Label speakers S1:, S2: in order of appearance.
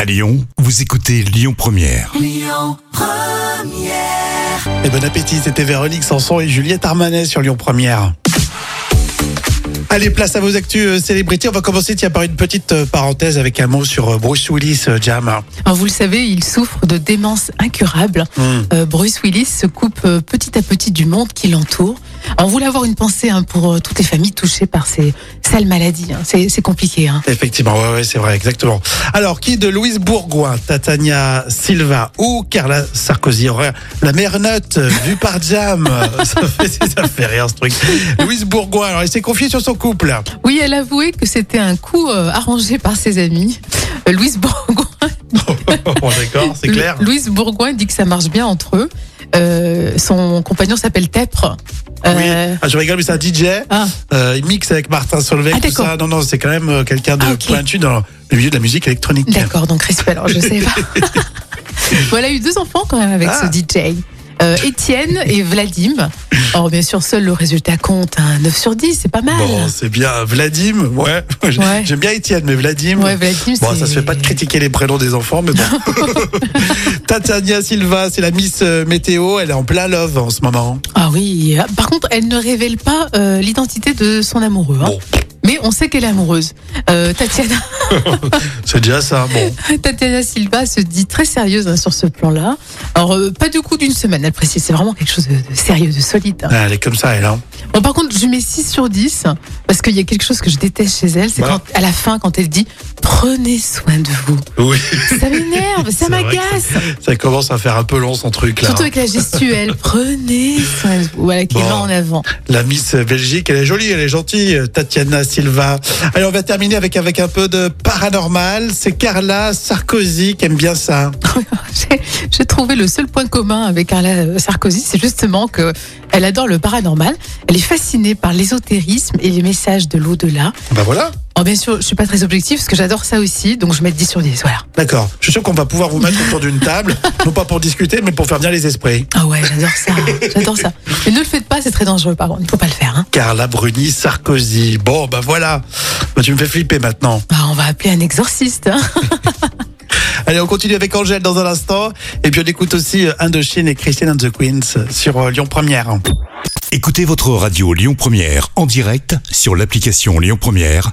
S1: À Lyon, vous écoutez Lyon Première.
S2: Et bon appétit, c'était Véronique Sanson et Juliette Armanet sur Lyon Première. Allez, place à vos actus euh, célébrités. On va commencer tiens, par une petite euh, parenthèse avec un mot sur euh, Bruce Willis, euh, Jam.
S3: Alors, vous le savez, il souffre de démence incurable.
S2: Hmm.
S3: Euh, Bruce Willis se coupe euh, petit à petit du monde qui l'entoure. Alors, On voulait avoir une pensée hein, pour euh, toutes les familles touchées par ces sales maladies. hein. C'est c'est compliqué. hein.
S2: Effectivement, ouais, ouais, c'est vrai, exactement. Alors, qui de Louise Bourgoin, Tatania Silva ou Carla Sarkozy aurait la mère note euh, vue par Jam ça, fait, ça fait rire ce truc. Louise Bourgoin, alors, elle s'est confiée sur son couple.
S3: Oui, elle avouait que c'était un coup euh, arrangé par ses amis. Euh, Louise Bourgoin.
S2: bon, d'accord, c'est clair.
S3: Louise Bourgoin dit que ça marche bien entre eux. Euh, son compagnon s'appelle Tepre. Euh,
S2: Oui. Ah, je rigole, mais c'est un DJ.
S3: ah,
S2: Euh, il mixe avec Martin Solveig,
S3: Ah,
S2: tout
S3: d'accord.
S2: ça. Non, non, c'est quand même euh, quelqu'un de
S3: Ah, ok.
S2: pointu dans le milieu de la musique électronique.
S3: D'accord, donc respect, alors je sais pas. voilà, eu deux enfants quand même avec
S2: Ah.
S3: ce DJ. Euh, Étienne et Vladim. Or, bien sûr, seul le résultat compte, hein, 9 sur 10, c'est pas mal.
S2: Bon, c'est bien. Vladim, ouais.
S3: Ah. Ouais.
S2: J'aime bien Étienne, mais Vladim.
S3: ouais, Vladim,
S2: Bon,
S3: c'est-
S2: ça se fait pas de critiquer les prénoms des enfants, mais bon. Tatania Silva, c'est la Miss euh, Météo. Elle est en plein love en ce moment.
S3: Ah oui, Ah, par contre, elle ne révèle pas euh, l'identité de son amoureux. hein.
S2: Bon.
S3: Mais on sait qu'elle est amoureuse. Euh, Tatiana,
S2: C'est déjà ça. Bon,
S3: Tatiana Silva se dit très sérieuse hein, sur ce plan-là. Alors, euh, pas de coup d'une semaine, elle précise. C'est vraiment quelque chose de de sérieux, de solide. hein.
S2: Ah, elle est comme ça, elle. Hein.
S3: Bon, par contre, je mets 6 sur 10 parce qu'il y a quelque chose que je déteste chez elle, c'est
S2: Bah.
S3: quand à la fin, quand elle dit prenez soin de vous.
S2: Oui.
S3: Ça m'énerve, ça
S2: C'est vrai que
S3: m'agace.
S2: Ça commence à faire un peu long son truc là.
S3: Surtout avec la gestuelle, prenez soin de vous. Voilà, qui
S2: Bon.
S3: va en avant.
S2: La Miss Belgique, elle est jolie, elle est gentille, euh, Tatiana Silva. Allez, on va terminer avec, avec un peu de paranormal. C'est Carla Sarkozy qui aime bien ça.
S3: J'ai- J'ai trouvé le seul point commun avec Carla euh, Sarkozy, c'est justement que elle adore le paranormal. Elle est fascinée par l'ésotérisme et les messages de l'au-delà.
S2: Bah voilà.
S3: Alors bien sûr, je suis pas très objective parce que j'adore ça aussi, donc je mets 10 sur 10. Voilà.
S2: D'accord. Je suis sûr qu'on va pouvoir vous mettre autour d'une table, non pas pour discuter, mais pour faire bien les esprits.
S3: Ah ouais, j'adore ça. j'adore ça. Mais ne le faites pas, c'est très dangereux par contre. Il faut pas le faire. Hein.
S2: Carla Bruni Sarkozy. Bon, bah voilà. Bah, tu me fais flipper maintenant.
S3: Bah, on va appeler un exorciste. hein.
S2: Allez, on continue avec Angèle dans un instant. Et puis on écoute aussi euh, Indochine et Christine and the Queens sur euh, Lyon Première.
S1: Écoutez votre radio Lyon Première en direct sur l'application Lyon Première,